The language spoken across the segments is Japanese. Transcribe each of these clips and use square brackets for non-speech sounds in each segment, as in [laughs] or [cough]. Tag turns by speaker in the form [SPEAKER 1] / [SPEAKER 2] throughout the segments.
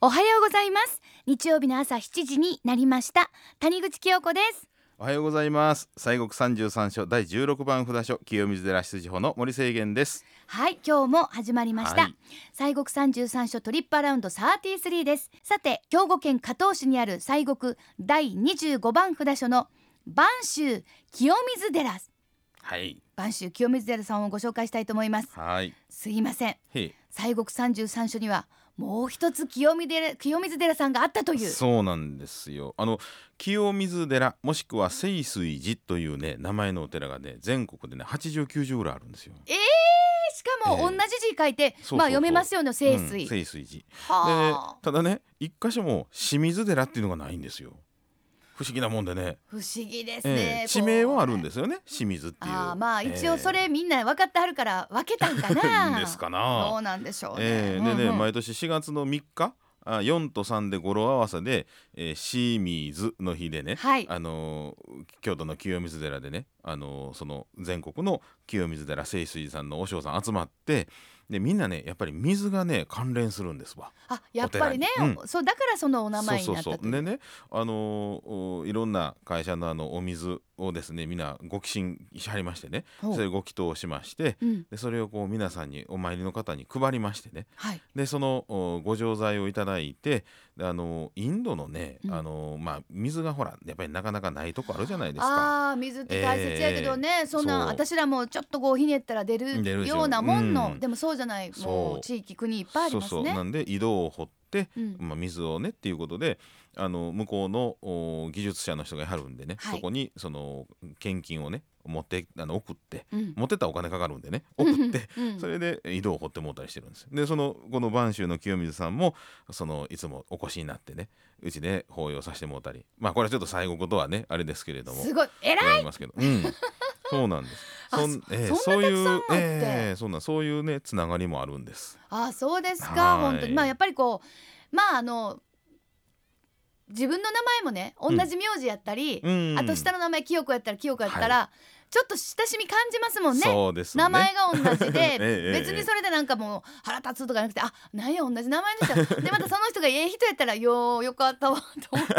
[SPEAKER 1] おはようございます日曜日の朝7時になりました谷口清子です
[SPEAKER 2] おはようございます西国三十三所第十六番札所清水寺出自法の森清源です
[SPEAKER 1] はい今日も始まりました、
[SPEAKER 2] はい
[SPEAKER 1] 西国三十三所トリップアラウンド33ですさて兵庫県加東市にある西国第25番札所の播州清水寺
[SPEAKER 2] はい
[SPEAKER 1] 播州清水寺さんをご紹介したいと思います
[SPEAKER 2] はい
[SPEAKER 1] すいません
[SPEAKER 2] へい
[SPEAKER 1] 西国三十三所にはもう一つ清水寺清水寺さんがあったという
[SPEAKER 2] そうなんですよあの清水寺もしくは清水寺というね名前のお寺がね全国でね八十九十ぐらいあるんですよ
[SPEAKER 1] えー、しかも同じ字書いて、
[SPEAKER 2] そうそうそう
[SPEAKER 1] まあ読めますよね清
[SPEAKER 2] うん
[SPEAKER 1] 水、
[SPEAKER 2] 清水寺で
[SPEAKER 1] はあ、
[SPEAKER 2] ただね一箇所も清水寺っていうのがないんですよ不思議なもんでね、
[SPEAKER 1] 不思議です
[SPEAKER 2] え
[SPEAKER 1] ね、
[SPEAKER 2] え地名はあるん
[SPEAKER 1] す
[SPEAKER 2] ですよね清水っていう
[SPEAKER 1] あーまあ一応そ
[SPEAKER 2] え
[SPEAKER 1] れみんな分かってはるから分けたんか
[SPEAKER 2] え
[SPEAKER 1] な
[SPEAKER 2] ですか [laughs] な
[SPEAKER 1] どうなんでしょうね、
[SPEAKER 2] えーでね、
[SPEAKER 1] うんうん
[SPEAKER 2] 毎年4月の3日あ4と3で語呂合わせで、えー、シーミーズの日でね、
[SPEAKER 1] はい
[SPEAKER 2] あのー京都の清水寺でね、あのーその全国の清水寺清水寺さんの和尚さん集まってでみんなねやっぱり水がね関連するんですわ。
[SPEAKER 1] あやっぱりね
[SPEAKER 2] お寺に
[SPEAKER 1] そうだからそのお名前になったと
[SPEAKER 2] そうそうそうでね、あのーおいろんな会社のあのお水をですねみんなご寄進しはりましてね
[SPEAKER 1] ほう
[SPEAKER 2] それご祈祷しまして
[SPEAKER 1] うん
[SPEAKER 2] でそれをこう皆さんにお参りの方に配りましてね
[SPEAKER 1] はい
[SPEAKER 2] でそのおご錠剤をいただいてであのインドのね、
[SPEAKER 1] うん
[SPEAKER 2] あのまあ、水がほらやっぱりなかなかないとこあるじゃないですか。
[SPEAKER 1] あー水って大切やけどね、そんな
[SPEAKER 2] そうん
[SPEAKER 1] 私らもちょっとこうひねったら出る
[SPEAKER 2] 出るでしょ
[SPEAKER 1] ようなもんの
[SPEAKER 2] うん
[SPEAKER 1] でもそうじゃない
[SPEAKER 2] そう
[SPEAKER 1] もう地域国いっぱいあり
[SPEAKER 2] そう
[SPEAKER 1] ます
[SPEAKER 2] そう
[SPEAKER 1] ね
[SPEAKER 2] なんで井戸を掘って、
[SPEAKER 1] うん
[SPEAKER 2] まあ、水をねっていうことであの向こうのお技術者の人がやるんでね、
[SPEAKER 1] はい
[SPEAKER 2] そこにその献金をね持ってあの送って
[SPEAKER 1] うん
[SPEAKER 2] 持ってったらお金かかるんでね
[SPEAKER 1] [laughs]
[SPEAKER 2] 送って
[SPEAKER 1] うん
[SPEAKER 2] それで井戸を掘ってもうたりしてるんですよでそのこの播州の清水さんもそのいつもお越しになってねうちで法要させてもうたりまあこれはちょっと最後ことはねあれですけれども
[SPEAKER 1] すごい偉い
[SPEAKER 2] 思いますけど、うん、そうなんです。
[SPEAKER 1] [laughs] あ
[SPEAKER 2] そん
[SPEAKER 1] そ
[SPEAKER 2] え
[SPEAKER 1] そんなたくさんあって
[SPEAKER 2] そういうええそうなんそういうねつながりもあるんです。
[SPEAKER 1] ああそうですか
[SPEAKER 2] はい
[SPEAKER 1] 本当にまあやっぱりこうまああの自分の名前もね同
[SPEAKER 2] ん
[SPEAKER 1] じ名字やったり、
[SPEAKER 2] うん、
[SPEAKER 1] あと下の名前清子やったら清子やったら、ちょっと親しみ感じますもんね
[SPEAKER 2] そうですね。
[SPEAKER 1] 名前が同じ
[SPEAKER 2] え
[SPEAKER 1] で、
[SPEAKER 2] [laughs] えええ
[SPEAKER 1] 別にそれでなんかもう腹立つとかなくてあなんや同じ名前の人やでまたその人がええ人やったらようよかったわと思
[SPEAKER 2] [laughs]
[SPEAKER 1] った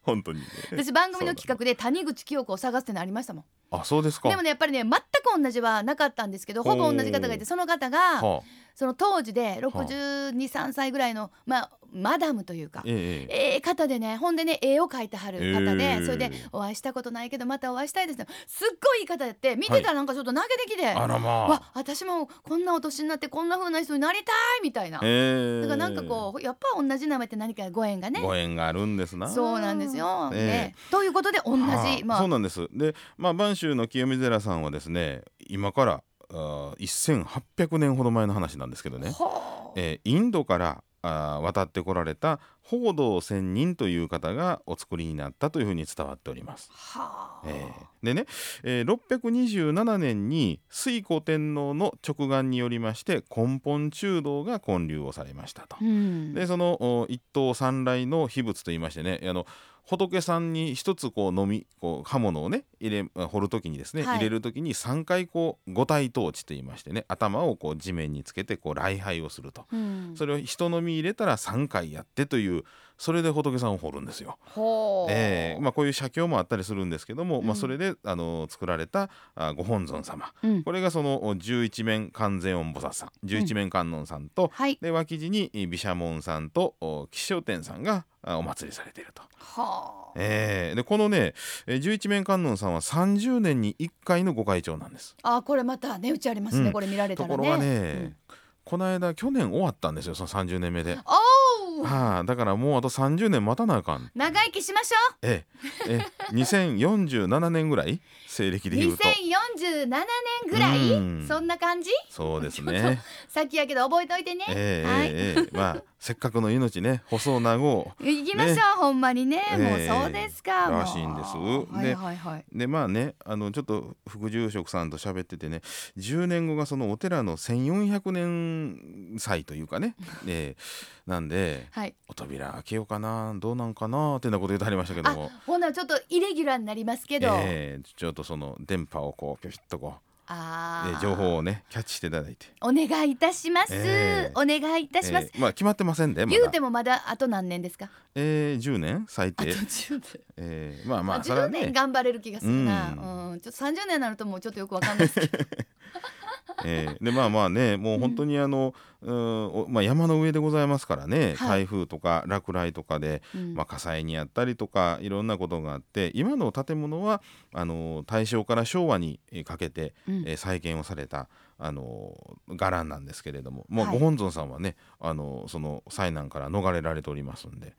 [SPEAKER 2] 本当にね。
[SPEAKER 1] 私番組の企画で谷口清子を探すってのありましたもん
[SPEAKER 2] あそうですか。
[SPEAKER 1] でもねやっぱりね全く同じはなかったんですけどほぼ同じ方がいてその方が、
[SPEAKER 2] はあ、
[SPEAKER 1] その当時で623歳ぐらいの、まあ、マダムというか。
[SPEAKER 2] ええええ
[SPEAKER 1] ええ方でねほんでね絵を描いてはる方で、
[SPEAKER 2] ええ
[SPEAKER 1] それでお会いしたことないけどまたお会いしたいですねすっごいいい方やって見てたらなんかちょっと泣けてきて、
[SPEAKER 2] あらまあ。
[SPEAKER 1] わ私もこんなお年になってこんな風な人になりたいみたいな、
[SPEAKER 2] ええ
[SPEAKER 1] だからなんかこうやっぱ同じ名前って何かご縁がね
[SPEAKER 2] ご縁があるんですな。
[SPEAKER 1] そうなんですよ、
[SPEAKER 2] ええ
[SPEAKER 1] ねということで同じ、
[SPEAKER 2] はい
[SPEAKER 1] ま
[SPEAKER 2] そう
[SPEAKER 1] あ
[SPEAKER 2] なんです。で、まあ播州の清水寺さんはですね、今からあ1800年ほど前の話なんですけどね。
[SPEAKER 1] ほう
[SPEAKER 2] えーインドからあー渡ってこられた報道仙人という方がお作りになったというふうに伝わっております。
[SPEAKER 1] はあ、
[SPEAKER 2] えーでね、えー627年に推古天皇の直眼によりまして根本中道が建立をされましたと。
[SPEAKER 1] うん
[SPEAKER 2] でそのお一刀三来の秘仏といいましてねあの仏さんに一つこうのみこう刃物をね入れ掘る時にですね、
[SPEAKER 1] はい
[SPEAKER 2] 入れる時に3回こう五体投地といいましてね頭をこう地面につけてこう礼拝をすると。
[SPEAKER 1] うん
[SPEAKER 2] それを人のみ入れたら3回やってというそれで仏さんを掘るんですよ。
[SPEAKER 1] ほう
[SPEAKER 2] えーまあ、こういう写経もあったりするんですけども、
[SPEAKER 1] うん
[SPEAKER 2] まあ、それで、あの作られたあご本尊様
[SPEAKER 1] うん
[SPEAKER 2] これがそのお十一面観世音菩薩さん十一面観音さんと、
[SPEAKER 1] はい
[SPEAKER 2] で脇地にえ毘沙門さんとお吉祥天さんがあお祭りされていると。
[SPEAKER 1] はあ
[SPEAKER 2] えーでこのねえー十一面観音さんは30年に1回のご会長なんです。
[SPEAKER 1] あこれまた値打ちありますね、
[SPEAKER 2] うん
[SPEAKER 1] これ見られた
[SPEAKER 2] と
[SPEAKER 1] らね
[SPEAKER 2] ころがね、
[SPEAKER 1] うん
[SPEAKER 2] この間去年終わったんですよその30年目で。
[SPEAKER 1] おー
[SPEAKER 2] はあ、だからもうあと30年待たなあかん。
[SPEAKER 1] 長生きしましょう
[SPEAKER 2] ええ、ええ、2047年ぐらい西暦で言うと。
[SPEAKER 1] 2047年ぐらい、
[SPEAKER 2] うん
[SPEAKER 1] そんな感じ
[SPEAKER 2] そうです
[SPEAKER 1] [laughs] ちょっ
[SPEAKER 2] ね。
[SPEAKER 1] さっきやけど覚えといてね、
[SPEAKER 2] ええ
[SPEAKER 1] はい
[SPEAKER 2] ええええまあせっかくの命ね、細長を。
[SPEAKER 1] 行きましょう、
[SPEAKER 2] ね
[SPEAKER 1] ほんまにね、もう
[SPEAKER 2] ええ
[SPEAKER 1] そうですか、もう
[SPEAKER 2] らしいんです
[SPEAKER 1] はい
[SPEAKER 2] で
[SPEAKER 1] はいはい
[SPEAKER 2] でまあねあのちょっと副住職さんと喋っててね10年後がそのお寺の1,400年祭というか
[SPEAKER 1] [laughs]
[SPEAKER 2] ね、ええなんで
[SPEAKER 1] はい
[SPEAKER 2] お扉開けようかなどうなんかなってなこと言ってはりましたけども
[SPEAKER 1] あ、ほんならちょっとイレギュラーになりますけど、
[SPEAKER 2] ええちょっとその電波をこうピョピッとこう
[SPEAKER 1] あ
[SPEAKER 2] え
[SPEAKER 1] ー
[SPEAKER 2] ー情報をねキャッチしていただいて、
[SPEAKER 1] お願いいたします、
[SPEAKER 2] ええ
[SPEAKER 1] お願いいたします、
[SPEAKER 2] えーまあ決まってませんで、まだ
[SPEAKER 1] 言うてもまだあと何年ですか
[SPEAKER 2] えー、10年最
[SPEAKER 1] あと
[SPEAKER 2] 低、
[SPEAKER 1] 10年
[SPEAKER 2] えー、まあまあそれは
[SPEAKER 1] 10年
[SPEAKER 2] ね、
[SPEAKER 1] 頑張れる気がするな、
[SPEAKER 2] う
[SPEAKER 1] うんちょっと30年になるともうちょっとよくわかんないですけど
[SPEAKER 2] えー、でまあまあねもう本当にあの、うーんおまあ、山の上でございますからね、
[SPEAKER 1] はい
[SPEAKER 2] 台風とか落雷とかで、
[SPEAKER 1] うん
[SPEAKER 2] まあ、火災にあったりとかいろんなことがあって今の建物はあの大正から昭和にえーかけて、
[SPEAKER 1] うん
[SPEAKER 2] えー再建をされたあの伽藍なんですけれども、まあ、
[SPEAKER 1] はい
[SPEAKER 2] ご本尊さんはねあのその災難から逃れられておりますんで、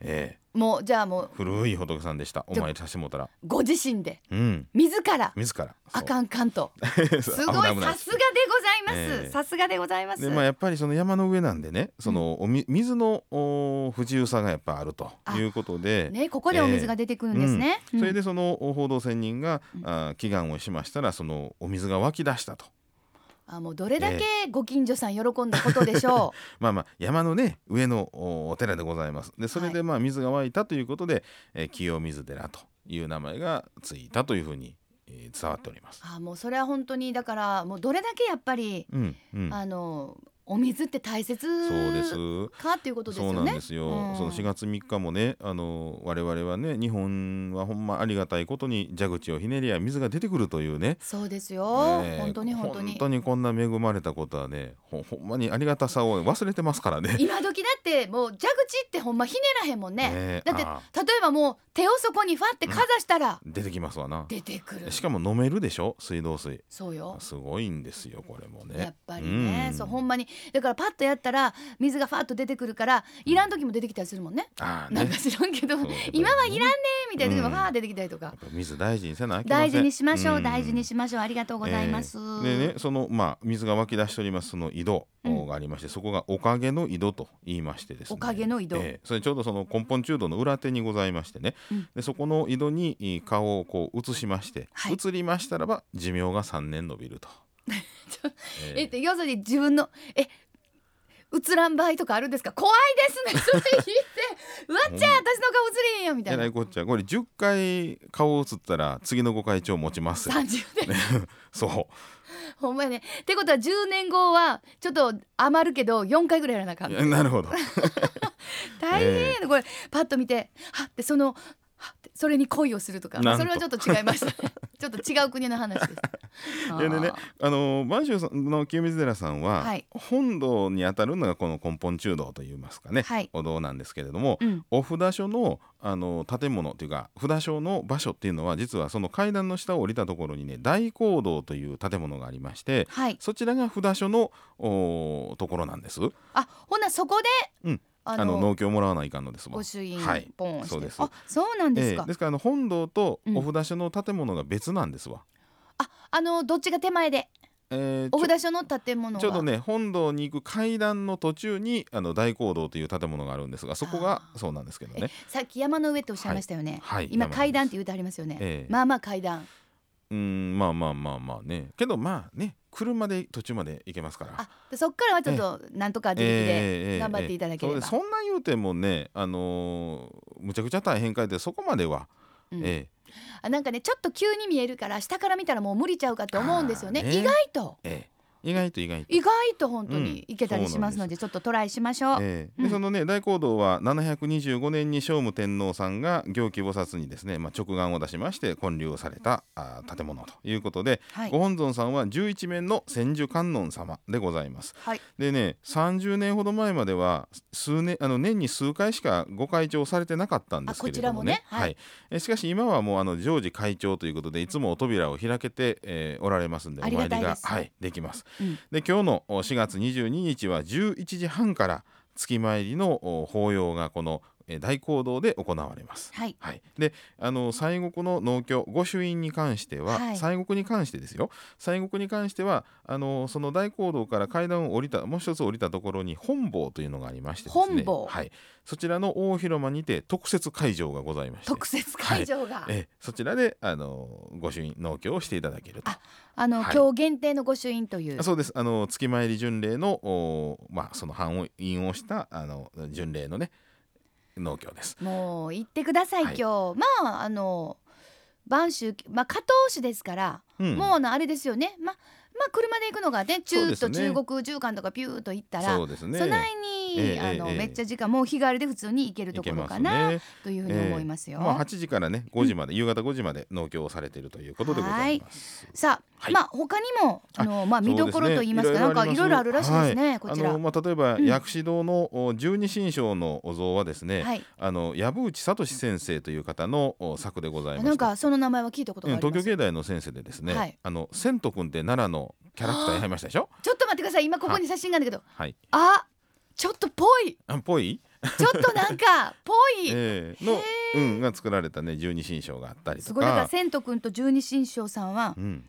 [SPEAKER 2] え
[SPEAKER 1] もうじゃあもう
[SPEAKER 2] ー古い仏さんでしたお
[SPEAKER 1] じゃ
[SPEAKER 2] 参りさせてもらったら、
[SPEAKER 1] ご自身で
[SPEAKER 2] うん、
[SPEAKER 1] 自ら
[SPEAKER 2] 自ら
[SPEAKER 1] あ
[SPEAKER 2] [laughs]
[SPEAKER 1] かんかんと
[SPEAKER 2] ん
[SPEAKER 1] すごいさすがでございま
[SPEAKER 2] え
[SPEAKER 1] す
[SPEAKER 2] え
[SPEAKER 1] さすがでございます、
[SPEAKER 2] でまあ、やっぱりその山の上なんでねそのおみ水のお不自由さがやっぱあるということで、
[SPEAKER 1] ねここでお水が出てくるんですね、
[SPEAKER 2] それ
[SPEAKER 1] うん
[SPEAKER 2] でそのお報道専任が、
[SPEAKER 1] うん
[SPEAKER 2] あー祈願をしましたらそのお水が湧き出したと
[SPEAKER 1] あもうどれだけご近所さん喜んだことでしょう、
[SPEAKER 2] まあまあ山のね上のおお寺でございますでそれ
[SPEAKER 1] は
[SPEAKER 2] でまあ水が湧いたということで、えー清水寺という名前がついたというふうに、えー伝わっております。
[SPEAKER 1] [laughs] あもうそれは本当にだからもうどれだけやっぱり、
[SPEAKER 2] うんうん、
[SPEAKER 1] あのお水って大切
[SPEAKER 2] そうです
[SPEAKER 1] かっていうことです
[SPEAKER 2] そう
[SPEAKER 1] よ
[SPEAKER 2] なん
[SPEAKER 1] ね
[SPEAKER 2] ですよ、
[SPEAKER 1] うん
[SPEAKER 2] その4月3日もねあの我々はね日本はほんまありがたいことに蛇口をひねりや水が出てくるというね
[SPEAKER 1] そうですよ、
[SPEAKER 2] ねえ
[SPEAKER 1] 本当に本当に
[SPEAKER 2] 本当にこんな恵まれたことはねほほんまにありがたさを忘れてますか
[SPEAKER 1] [laughs]
[SPEAKER 2] ら [laughs] ね。
[SPEAKER 1] 今時だってもう蛇口ってほんまひねらへんもんね
[SPEAKER 2] ねえ
[SPEAKER 1] だって
[SPEAKER 2] ああ
[SPEAKER 1] 例えばもう手をそこにファってかざしたら
[SPEAKER 2] 出てきますわな。
[SPEAKER 1] 出てくる
[SPEAKER 2] しかも飲めるでしょ水道水。
[SPEAKER 1] そうよ
[SPEAKER 2] すごいんですよこれもね。
[SPEAKER 1] やっぱりね、
[SPEAKER 2] うん
[SPEAKER 1] そうほんまにだからパッとやったら水がファッと出てくるからいらん時も出てきたりするもんね、
[SPEAKER 2] ああ
[SPEAKER 1] なん
[SPEAKER 2] ね
[SPEAKER 1] か。知らんけど、
[SPEAKER 2] そうだよね
[SPEAKER 1] 今はいらんねーみたいな時も
[SPEAKER 2] うん
[SPEAKER 1] ファー出てきたりとか
[SPEAKER 2] や、っぱ水大事にせなあきません
[SPEAKER 1] 大事にしましょう、
[SPEAKER 2] ん
[SPEAKER 1] 大事にしましょうありがとうございます、
[SPEAKER 2] えーでねそのまあ水が湧き出しておりますその井戸
[SPEAKER 1] うん
[SPEAKER 2] がありまして、そこがおかげの井戸と言いましてですね
[SPEAKER 1] おかげの井戸
[SPEAKER 2] えーそれちょうどその根本中道の裏手にございましてね、
[SPEAKER 1] うん
[SPEAKER 2] でそこの井戸にえー顔をこう移しまして、
[SPEAKER 1] はい
[SPEAKER 2] 移りましたらば寿命が3年延びると
[SPEAKER 1] [laughs] ちょ。
[SPEAKER 2] えー
[SPEAKER 1] えって要するに自分のえ映らん場合とかあるんですか怖いです
[SPEAKER 2] [laughs]
[SPEAKER 1] ねそれ聞いてうわっちゃー私の顔映れへんよみた
[SPEAKER 2] え
[SPEAKER 1] い
[SPEAKER 2] ら
[SPEAKER 1] ない
[SPEAKER 2] こっちゃこれ10回顔を移ったら次のご会長持ちますよ
[SPEAKER 1] 30年
[SPEAKER 2] [laughs]
[SPEAKER 1] [laughs]
[SPEAKER 2] そう
[SPEAKER 1] ほんまやねってことは10年後はちょっと余るけど4回ぐらいやらなあかん
[SPEAKER 2] いやなるほど。
[SPEAKER 1] 大変やねこれパッと見てはってそのはってそれに恋をするとか
[SPEAKER 2] なん
[SPEAKER 1] そ
[SPEAKER 2] と
[SPEAKER 1] れは [laughs] ちょっと違いましたねちょっと違う国の話です
[SPEAKER 2] いや [laughs] でねあの満州さんの清水寺さんは、
[SPEAKER 1] はい
[SPEAKER 2] 本堂にあたるのがこの根本中堂といいますかね、
[SPEAKER 1] はい
[SPEAKER 2] お堂なんですけれども、
[SPEAKER 1] うん
[SPEAKER 2] お札所のあの建物というか札所の場所っていうのは実はその階段の下を降りたところにね大講堂という建物がありまして
[SPEAKER 1] はい
[SPEAKER 2] そちらが札所のおーところなんです。
[SPEAKER 1] あほなそこで、
[SPEAKER 2] うん
[SPEAKER 1] あ
[SPEAKER 2] あの
[SPEAKER 1] の
[SPEAKER 2] 農協もらわないかんのですもん
[SPEAKER 1] 御朱印
[SPEAKER 2] はい
[SPEAKER 1] ポン押して、
[SPEAKER 2] そうです
[SPEAKER 1] あそうなんですか、
[SPEAKER 2] ええですからあの本堂と
[SPEAKER 1] うん
[SPEAKER 2] お札所の建物が別なんですわ。
[SPEAKER 1] ああのどっちが手前で
[SPEAKER 2] えーちょ
[SPEAKER 1] お札所の建物は
[SPEAKER 2] ちょうどね本堂に行く階段の途中にあの大講堂という建物があるんですがそこが
[SPEAKER 1] あー
[SPEAKER 2] そうなんですけど
[SPEAKER 1] え
[SPEAKER 2] ね。
[SPEAKER 1] さっき山の上っておっしゃいましたよね、
[SPEAKER 2] はい、
[SPEAKER 1] 今階段って
[SPEAKER 2] いう
[SPEAKER 1] 言うてありますよね、
[SPEAKER 2] ええ
[SPEAKER 1] まあまあ階段
[SPEAKER 2] うーんまあまあまあまあねけどまあね車で途中まで行けますから。
[SPEAKER 1] あでそっからはちょっとなんとか自力で
[SPEAKER 2] ええええええ
[SPEAKER 1] 頑張っていただければ
[SPEAKER 2] そうですそんな言うてもねあのーむちゃくちゃ大変かいてそこまでは、
[SPEAKER 1] うん
[SPEAKER 2] え
[SPEAKER 1] あなんかねちょっと急に見えるから下から見たらもう無理ちゃうかと思うんですよね
[SPEAKER 2] あーね
[SPEAKER 1] 意外と
[SPEAKER 2] えええ意外と意外と。
[SPEAKER 1] 意外と本当
[SPEAKER 2] うん
[SPEAKER 1] にいけたりしますので,、ちょっとトライしましょう、
[SPEAKER 2] ええ
[SPEAKER 1] うん
[SPEAKER 2] でそのね大講堂は725年に聖武天皇さんが行基菩薩にですね、まあ、直眼を出しまして建立をされたあー建物ということで、
[SPEAKER 1] はい
[SPEAKER 2] ご本尊さんは11面の千手観音様でございます。
[SPEAKER 1] はい
[SPEAKER 2] でね30年ほど前までは数年あの年に数回しかご会長されてなかったんですけれども
[SPEAKER 1] あこ
[SPEAKER 2] ね
[SPEAKER 1] ちらもねはい
[SPEAKER 2] えしかし今はもうあの常時会長ということでいつもお扉を開けて、えーおられますんでお
[SPEAKER 1] ありが
[SPEAKER 2] 参
[SPEAKER 1] た
[SPEAKER 2] り
[SPEAKER 1] い
[SPEAKER 2] が
[SPEAKER 1] です
[SPEAKER 2] はい、できます。
[SPEAKER 1] うん
[SPEAKER 2] で今日のお4月22日は11時半から月参りのお法要がこのえー大講堂で行われます。
[SPEAKER 1] はい
[SPEAKER 2] はい、であの西国の農協御朱印に関しては、
[SPEAKER 1] はい
[SPEAKER 2] 西国に関してですよ西国に関してはあのその大講堂から階段を降りたもう一つ降りたところに本坊というのがありましてですね
[SPEAKER 1] 本坊
[SPEAKER 2] はい、そちらの大広間にて特設会場がございまして
[SPEAKER 1] 特設会場が、
[SPEAKER 2] えそちらであの御朱印農協をしていただけると。
[SPEAKER 1] あの、
[SPEAKER 2] はい
[SPEAKER 1] 今日限定の御朱印という
[SPEAKER 2] あそうですあの月参り巡礼のおーまあその範を引用したあの巡礼のね農協です。
[SPEAKER 1] もう行ってください、
[SPEAKER 2] はい
[SPEAKER 1] 今日まああの播州、まあ、加東市ですから、
[SPEAKER 2] うん
[SPEAKER 1] もうあのあれですよねままあ車で行くのがね
[SPEAKER 2] そう
[SPEAKER 1] 中
[SPEAKER 2] です
[SPEAKER 1] と
[SPEAKER 2] ね
[SPEAKER 1] 中国縦貫とかピューと行ったら
[SPEAKER 2] そうですね
[SPEAKER 1] 備えに、
[SPEAKER 2] ええ
[SPEAKER 1] あの
[SPEAKER 2] ええ
[SPEAKER 1] めっちゃ時間もう日替わりで普通に行けるところかな、
[SPEAKER 2] 行けますね
[SPEAKER 1] というふうに思いますよ。
[SPEAKER 2] まあ8時からね5時まで、夕方5時まで農協をされているということでございます。
[SPEAKER 1] さあ、
[SPEAKER 2] はい
[SPEAKER 1] まあ他にもあのまあ見どころと言いますか、なんかいろいろあるらしいですね、こちら。
[SPEAKER 2] あの
[SPEAKER 1] は
[SPEAKER 2] まあ例えば、
[SPEAKER 1] うん
[SPEAKER 2] 薬師堂のお十二神将のお像はですね、
[SPEAKER 1] い。
[SPEAKER 2] あの藪内聡先生という方のお作でございまして
[SPEAKER 1] なんかその名前は聞いたこと
[SPEAKER 2] う
[SPEAKER 1] が
[SPEAKER 2] ん
[SPEAKER 1] あります。
[SPEAKER 2] 東京芸大の先生でですね、
[SPEAKER 1] はい
[SPEAKER 2] あの千斗君って奈良のキャラクターやりましたでしょ
[SPEAKER 1] ちょっと待ってください。今ここに写真があるんだけど、
[SPEAKER 2] はい
[SPEAKER 1] あ、ちょっとぽい、
[SPEAKER 2] あぽい、
[SPEAKER 1] ちょっとなん
[SPEAKER 2] [laughs]
[SPEAKER 1] かぽい。
[SPEAKER 2] えーの、うん、が作られたね十二神将があったり
[SPEAKER 1] す
[SPEAKER 2] と
[SPEAKER 1] ごいだから
[SPEAKER 2] か
[SPEAKER 1] 千斗君と十二神将さんは
[SPEAKER 2] うん、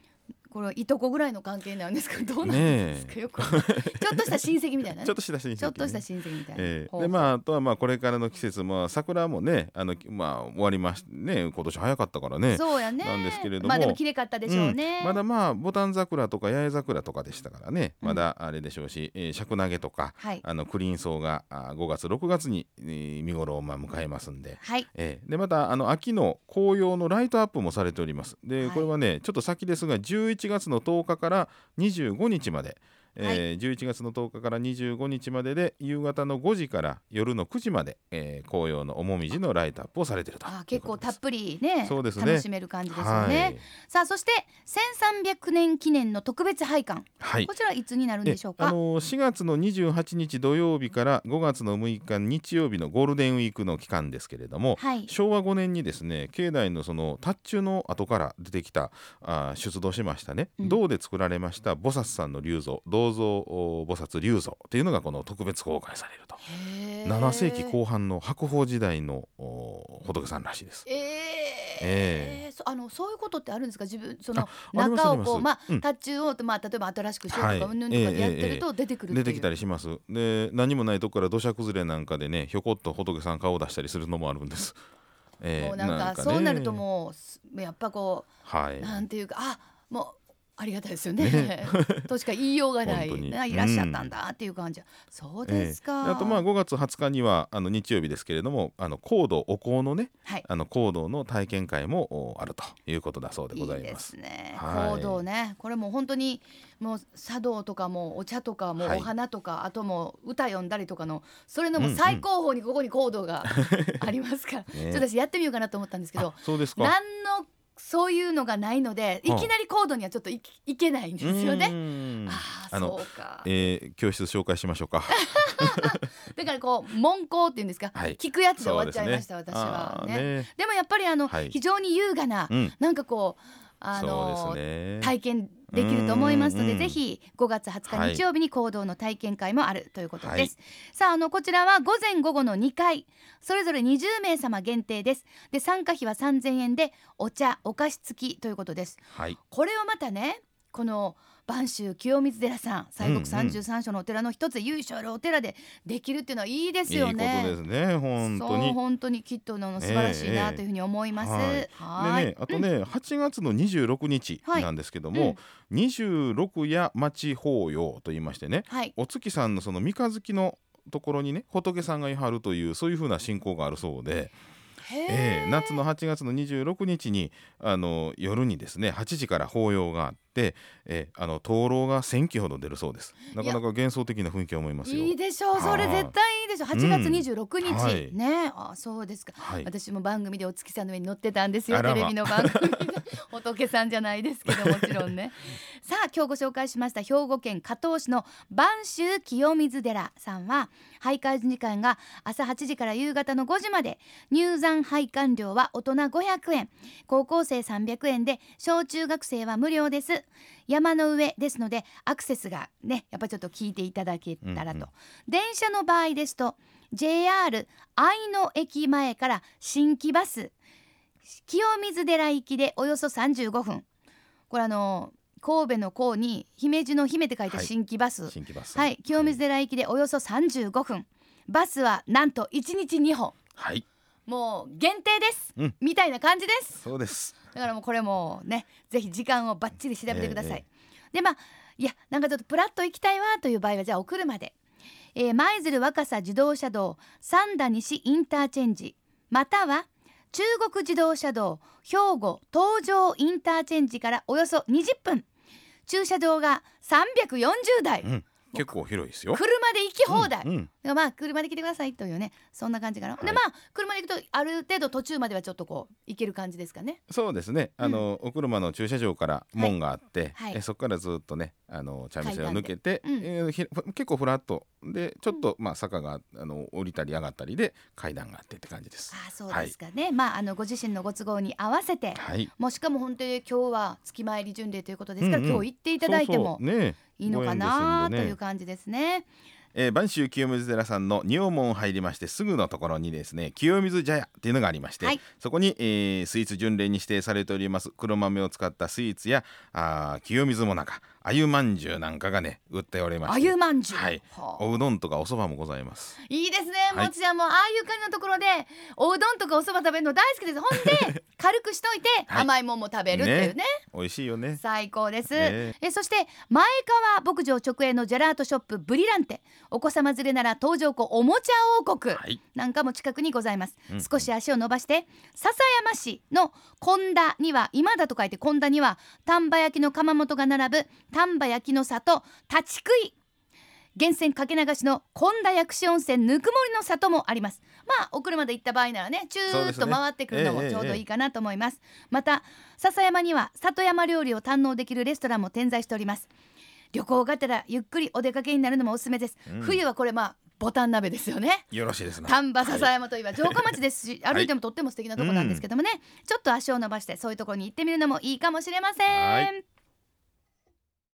[SPEAKER 1] これいとこぐらいの関係なんですかどうなんで
[SPEAKER 2] ね
[SPEAKER 1] すか、
[SPEAKER 2] え
[SPEAKER 1] [laughs] よくわかんないちょっとした親戚みたいなね、
[SPEAKER 2] [laughs] ちょっとした親戚ね
[SPEAKER 1] ちょっとした親戚みたいな、
[SPEAKER 2] え
[SPEAKER 1] ほ
[SPEAKER 2] ー
[SPEAKER 1] う
[SPEAKER 2] でまあ、あとはまあこれからの季節、まあ、桜もねあの、まあ、終わりましてね今年早かったからね
[SPEAKER 1] そうやね
[SPEAKER 2] なんですけれども
[SPEAKER 1] まあでも綺麗かったでしょうね、
[SPEAKER 2] うん、まだまあボタン桜とか八重桜とかでしたからねまだあれでしょうし、えー、シャクナゲとか
[SPEAKER 1] はい
[SPEAKER 2] あのクリーンソウがあー5月6月に、えー見頃をまあ迎えますんで。
[SPEAKER 1] はい
[SPEAKER 2] えーでまたあの秋の紅葉のライトアップもされておりますで、
[SPEAKER 1] はい
[SPEAKER 2] これはねちょっと先ですが11月の10日から25日まで、えー
[SPEAKER 1] はい
[SPEAKER 2] 11月の10日から25日までで夕方の5時から夜の9時まで、えー紅葉の紅葉のライトアップをされていると
[SPEAKER 1] あ結構たっ
[SPEAKER 2] ぷ
[SPEAKER 1] ぷりね
[SPEAKER 2] そうですね
[SPEAKER 1] 楽しめる感じですよね、
[SPEAKER 2] はい
[SPEAKER 1] さあそして1300年記念の特別拝観
[SPEAKER 2] はい
[SPEAKER 1] こちらはいつになるんでしょう
[SPEAKER 2] えあ
[SPEAKER 1] か
[SPEAKER 2] のー4月の28日土曜日から5月の6日日曜日のゴールデンウィークの期間ですけれども、
[SPEAKER 1] はい
[SPEAKER 2] 昭和5年にですね境内のその達中の後から出てきたあー出土しましたね、
[SPEAKER 1] うん
[SPEAKER 2] 銅で作られました菩薩さんの龍像銅像お菩薩龍像というのがこの特別公開されると
[SPEAKER 1] へー
[SPEAKER 2] 7世紀後半の白鳳時代のお仏さんらしいです。
[SPEAKER 1] えー
[SPEAKER 2] え
[SPEAKER 1] そあのそういうことってあるんですか自分その
[SPEAKER 2] あります
[SPEAKER 1] 中をこうま
[SPEAKER 2] ありますう
[SPEAKER 1] あ
[SPEAKER 2] ん
[SPEAKER 1] タッチをまあ例えば新しくしようと
[SPEAKER 2] はい
[SPEAKER 1] かうんぬんとか
[SPEAKER 2] ええ
[SPEAKER 1] やってると出てくるってい
[SPEAKER 2] 出
[SPEAKER 1] う
[SPEAKER 2] てきたりしますで何もないとこから土砂崩れなんかでねひょこっと仏さん顔を出したりするのもある
[SPEAKER 1] [laughs]
[SPEAKER 2] んです。えー
[SPEAKER 1] もうなんか
[SPEAKER 2] ね
[SPEAKER 1] そうなるともうすやっぱこ
[SPEAKER 2] は
[SPEAKER 1] う
[SPEAKER 2] い
[SPEAKER 1] なんていうかあもうありがたいですよね
[SPEAKER 2] ね
[SPEAKER 1] [laughs] としか言いようがない
[SPEAKER 2] 本当に
[SPEAKER 1] ないらっしゃったんだっていう感じ、そうですか、
[SPEAKER 2] ええあとまあ5月20日にはあの日曜日ですけれどもあの高度お香のね
[SPEAKER 1] はい
[SPEAKER 2] あの高度の体験会もおあるということだそうで
[SPEAKER 1] い
[SPEAKER 2] ご
[SPEAKER 1] い
[SPEAKER 2] ざい
[SPEAKER 1] で
[SPEAKER 2] ます。
[SPEAKER 1] すね。
[SPEAKER 2] はい
[SPEAKER 1] 行動ね、これもう本当にもう茶道とかもお茶とかも
[SPEAKER 2] はい
[SPEAKER 1] お花とか、あともう歌読んだりとかのそれのも
[SPEAKER 2] うん
[SPEAKER 1] う
[SPEAKER 2] うん
[SPEAKER 1] 最高峰にここに行動
[SPEAKER 2] [laughs]
[SPEAKER 1] がありますから、
[SPEAKER 2] ね
[SPEAKER 1] ちょっと私やってみようかなと思ったんですけど
[SPEAKER 2] あ、そうですか。
[SPEAKER 1] 何のそういうのがないので、い
[SPEAKER 2] はあ
[SPEAKER 1] きなり行動にはちょっといきいけないんですよ
[SPEAKER 2] う
[SPEAKER 1] ね。
[SPEAKER 2] ーん
[SPEAKER 1] ああ
[SPEAKER 2] あの
[SPEAKER 1] そうか。
[SPEAKER 2] えー教室紹介しましょ
[SPEAKER 1] [laughs]
[SPEAKER 2] うか。
[SPEAKER 1] だからこう文校っていうんですか、
[SPEAKER 2] はい
[SPEAKER 1] 聞くやつで終
[SPEAKER 2] そう
[SPEAKER 1] わっ
[SPEAKER 2] で
[SPEAKER 1] ち
[SPEAKER 2] す
[SPEAKER 1] ゃい
[SPEAKER 2] ね
[SPEAKER 1] ました、私は
[SPEAKER 2] あー
[SPEAKER 1] ねでもやっぱりあの、
[SPEAKER 2] はい
[SPEAKER 1] 非常に優雅な、
[SPEAKER 2] うん。
[SPEAKER 1] なんかこうあの
[SPEAKER 2] そうですね。
[SPEAKER 1] 体験できると思いますの
[SPEAKER 2] うん
[SPEAKER 1] で、
[SPEAKER 2] うん
[SPEAKER 1] ぜひ5月20
[SPEAKER 2] は
[SPEAKER 1] 日
[SPEAKER 2] い
[SPEAKER 1] 日曜日に行動の体験会もあるということです。
[SPEAKER 2] はい
[SPEAKER 1] さあ、あのこちらは午前午後の2回、それぞれ20名様限定です。で、参加費は3000円でお茶お菓子付きということです。
[SPEAKER 2] はい。
[SPEAKER 1] これをまたね、この播州清水寺さん、西国
[SPEAKER 2] うんうん
[SPEAKER 1] 33所のお寺の一つで由緒あるお寺でできるっていうのはいいです
[SPEAKER 2] いいこ
[SPEAKER 1] よ
[SPEAKER 2] と
[SPEAKER 1] ね。
[SPEAKER 2] ですね。本当
[SPEAKER 1] そう
[SPEAKER 2] に。
[SPEAKER 1] 本当にきっとの素晴らしいなというふうに思います。
[SPEAKER 2] え
[SPEAKER 1] は
[SPEAKER 2] で
[SPEAKER 1] い
[SPEAKER 2] ね、あとね、8月の26日なんですけども、26夜町法要と言いましてね、
[SPEAKER 1] はい。
[SPEAKER 2] お月さんのその三日月のところにね仏さんがいはるというそういうふうな信仰があるそうで、
[SPEAKER 1] へー
[SPEAKER 2] ええ夏の8月の26日にあの夜にですね8時から法要があって、ええあの灯籠が1,000基ほど出るそうですなかなか幻想的な雰囲気を思いますよ
[SPEAKER 1] いいでしょうそれ
[SPEAKER 2] はい
[SPEAKER 1] 絶対いいでしょう8月
[SPEAKER 2] うん
[SPEAKER 1] 26日、
[SPEAKER 2] はい
[SPEAKER 1] ねあそうですか、
[SPEAKER 2] はい
[SPEAKER 1] 私も番組でお月さんの上に乗ってたんですよ
[SPEAKER 2] あら
[SPEAKER 1] テ
[SPEAKER 2] ま
[SPEAKER 1] レビの番組で
[SPEAKER 2] [laughs]
[SPEAKER 1] 仏さんじゃないですけどもちろんねさあ今日ご紹介しました兵庫県加東市の播州清水寺さんは拝観時間が朝8時から夕方の5時まで入山拝観料は大人500円高校生300円で小中学生は無料です山の上ですのでアクセスがねやっぱちょっと聞いていただけたらと、
[SPEAKER 2] うんうん
[SPEAKER 1] 電車の場合ですと JR 愛野駅前から新木バス清水寺行きでおよそ35分これあの神戸の甲に姫路の姫って書いて
[SPEAKER 2] はい
[SPEAKER 1] 新規バス、
[SPEAKER 2] 新規バス
[SPEAKER 1] はい、清水寺駅でおよそ35分バスはなんと1日2本
[SPEAKER 2] はい
[SPEAKER 1] もう限定です、
[SPEAKER 2] うん
[SPEAKER 1] みたいな感じです
[SPEAKER 2] そうです
[SPEAKER 1] だからもうこれもねぜひ時間をばっちり調べてください、
[SPEAKER 2] え
[SPEAKER 1] でまあいやなんかちょっとプラッと行きたいわという場合はじゃあお車で、えー、舞鶴若狭自動車道三田西インターチェンジまたは中国自動車道兵庫東上インターチェンジからおよそ20分駐車場が340台、
[SPEAKER 2] うん結構広いですよ。
[SPEAKER 1] 車で行き放題、
[SPEAKER 2] うんうん
[SPEAKER 1] でまあ車で来てくださいというねそんな感じかな、
[SPEAKER 2] は
[SPEAKER 1] で
[SPEAKER 2] い
[SPEAKER 1] まあ車で行くとある程度途中まではちょっとこう行ける感じですかね
[SPEAKER 2] そうですね。あの、お車の駐車場から門があって、
[SPEAKER 1] はい
[SPEAKER 2] えそこからずっとね、あの茶店を抜けて、
[SPEAKER 1] 階段で
[SPEAKER 2] えーひ結構フラットでちょっと、まあ坂があの降りたり上がったりで階段があってって感じです。
[SPEAKER 1] ああそうですかね、まああのご自身のご都合に合わせて、
[SPEAKER 2] はい。
[SPEAKER 1] もうしかも本当に今日は月参り巡礼ということですから、
[SPEAKER 2] うんうん
[SPEAKER 1] 今日行っていただいても
[SPEAKER 2] そうそうね
[SPEAKER 1] いいのかな
[SPEAKER 2] ご
[SPEAKER 1] と
[SPEAKER 2] 縁ですんでね
[SPEAKER 1] いう感じですね
[SPEAKER 2] えー、播州清水寺さんの仁王門入りましてすぐのところにですね清水茶屋っていうのがありまして、
[SPEAKER 1] はい
[SPEAKER 2] そこに、えースイーツ巡礼に指定されております黒豆を使ったスイーツやあー清水もなかあゆまんじゅうなんかがね売っておりまして
[SPEAKER 1] あゆまんじゅう、
[SPEAKER 2] はい
[SPEAKER 1] はあ
[SPEAKER 2] おうどんとかおそばもございます
[SPEAKER 1] いいですね、
[SPEAKER 2] はい
[SPEAKER 1] もちゃんもああいう感じのところでおうどんとかおそば食べるの大好きですほん
[SPEAKER 2] [laughs]
[SPEAKER 1] で軽くしといて
[SPEAKER 2] はい
[SPEAKER 1] 甘いもんも食べるっていうね
[SPEAKER 2] 美味しいよね
[SPEAKER 1] 最高です、
[SPEAKER 2] ね
[SPEAKER 1] えそして前川牧場直営のジェラートショップブリランテお子様連れなら東条湖おもちゃ王国
[SPEAKER 2] はい
[SPEAKER 1] なんかも近くにございます、
[SPEAKER 2] うん
[SPEAKER 1] 少し足を伸ばして笹山市の近田には今だと書いて近田には丹波焼きの窯元が並ぶ丹波焼きの里立ち食い源泉かけ流しの近田薬師温泉ぬくもりの里もありますまあお車で行った場合ならねチ
[SPEAKER 2] そう
[SPEAKER 1] ュー
[SPEAKER 2] で
[SPEAKER 1] ッ
[SPEAKER 2] す
[SPEAKER 1] と
[SPEAKER 2] ね
[SPEAKER 1] 回ってくるのも
[SPEAKER 2] ええ
[SPEAKER 1] ちょうどいいかなと思いますまた笹山には里山料理を堪能できるレストランも点在しております旅行がてらゆっくりお出かけになるのもおすすめです、
[SPEAKER 2] うん
[SPEAKER 1] 冬はこれまあボタン鍋ですよね
[SPEAKER 2] よろしいですな
[SPEAKER 1] 丹波篠山といえば城下町ですし、
[SPEAKER 2] い
[SPEAKER 1] 歩いてもとっても素敵なとこなんですけどもね、ちょっと足を伸ばしてそういうところに行ってみるのもいいかもしれません、
[SPEAKER 2] は